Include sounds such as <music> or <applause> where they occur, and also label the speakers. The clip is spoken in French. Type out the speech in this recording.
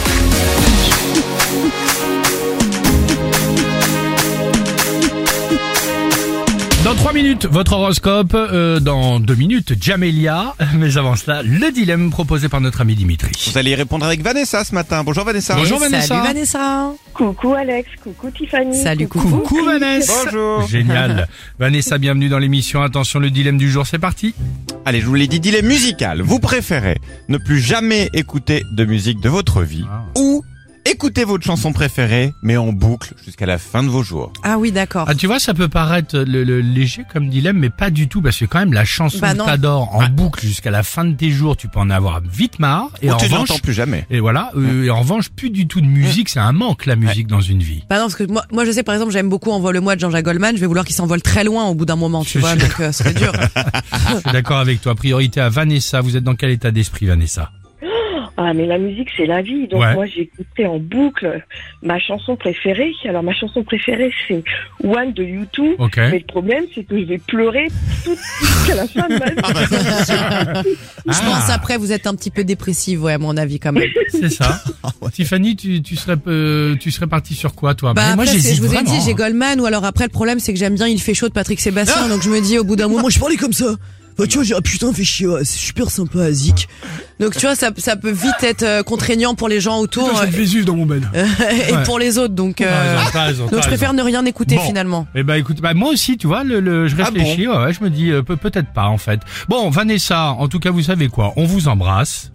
Speaker 1: Dans 3 minutes, votre horoscope. Euh, dans 2 minutes, Jamelia. Mais avant cela, le dilemme proposé par notre ami Dimitri.
Speaker 2: Vous allez y répondre avec Vanessa ce matin. Bonjour Vanessa.
Speaker 1: Bonjour
Speaker 3: Eh,
Speaker 1: Vanessa.
Speaker 3: Salut Vanessa.
Speaker 4: Coucou Alex, coucou Tiffany.
Speaker 3: Salut, coucou.
Speaker 1: Coucou Vanessa.
Speaker 5: Oh.
Speaker 2: Bonjour.
Speaker 5: <laughs>
Speaker 1: Génial. Vanessa, bienvenue dans l'émission. Attention, le dilemme du jour, c'est parti.
Speaker 2: Allez, je vous l'ai dit, dilemme musical. Vous préférez ne plus jamais écouter de musique de votre vie
Speaker 1: Ah.
Speaker 2: ou écouter votre chanson préférée mais en boucle jusqu'à la fin de vos jours.
Speaker 5: Ah oui, d'accord.
Speaker 1: Ah, tu vois, ça peut paraître le, le léger comme dilemme, mais pas du tout, parce que quand même, la chanson
Speaker 5: Bah
Speaker 1: que
Speaker 5: non.
Speaker 1: t'adores en boucle jusqu'à la fin de tes jours, tu peux en avoir vite marre. Et
Speaker 5: Oh,
Speaker 2: ou
Speaker 1: en
Speaker 2: tu
Speaker 1: revanche,
Speaker 2: n'entends plus jamais.
Speaker 1: et voilà, euh, et en revanche, plus du tout de musique, c'est un manque la musique dans une vie.
Speaker 5: Bah non, parce que moi, moi je sais par exemple, j'aime beaucoup Envole-moi de Jean-Jacques Goldman, je vais vouloir qu'il s'envole très loin au bout d'un moment,
Speaker 1: Je
Speaker 5: tu vois,
Speaker 1: suis
Speaker 5: donc euh, ce serait <laughs> dur.
Speaker 1: Je suis d'accord avec toi. Priorité à Vanessa. Vous êtes dans quel état d'esprit, Vanessa
Speaker 4: Ah mais la musique c'est la vie, donc
Speaker 1: Ouais.
Speaker 4: moi j'ai écouté en boucle ma chanson préférée. Alors ma chanson préférée c'est One de U2,
Speaker 1: Ok.
Speaker 4: mais le problème c'est que je vais pleurer tout jusqu'à la fin de ma
Speaker 1: Ah bah.
Speaker 4: vie.
Speaker 5: Je pense après, vous êtes un petit peu dépressive, ouais, à mon avis, quand même.
Speaker 1: C'est <laughs> ça. Tiffany, tu, tu serais euh, tu serais parti sur quoi toi
Speaker 5: Bah
Speaker 1: Mais Moi
Speaker 5: après, c'est-
Speaker 1: j'hésite
Speaker 5: je vous ai
Speaker 1: vraiment. hein.
Speaker 5: dit, j'ai Goldman, ou alors après, le problème, c'est que j'aime bien Il fait chaud de Patrick Sébastien, donc je me dis, au bout d'un moment, je parlais comme ça. Ah. Bah, tu vois, j'ai, ah, putain, fait chier, ouais, c'est super sympa, Zik. Donc, tu vois, ça, ça peut vite être euh, contraignant pour les gens autour
Speaker 1: Putain, j'ai le Vésuve dans mon bed.
Speaker 5: euh, et
Speaker 1: Ouais.
Speaker 5: pour les autres, donc, euh,
Speaker 1: T'as raison, t'as raison,
Speaker 5: donc
Speaker 1: t'as
Speaker 5: je préfère
Speaker 1: raison.
Speaker 5: ne rien écouter
Speaker 1: Bon.
Speaker 5: finalement.
Speaker 1: Eh ben écoute, bah, moi aussi, tu vois, le, le- je
Speaker 2: Ah
Speaker 1: réfléchis, ouais, ouais, je me dis euh, peut- peut-être pas en fait. Bon, Vanessa, en tout cas, vous savez quoi On vous embrasse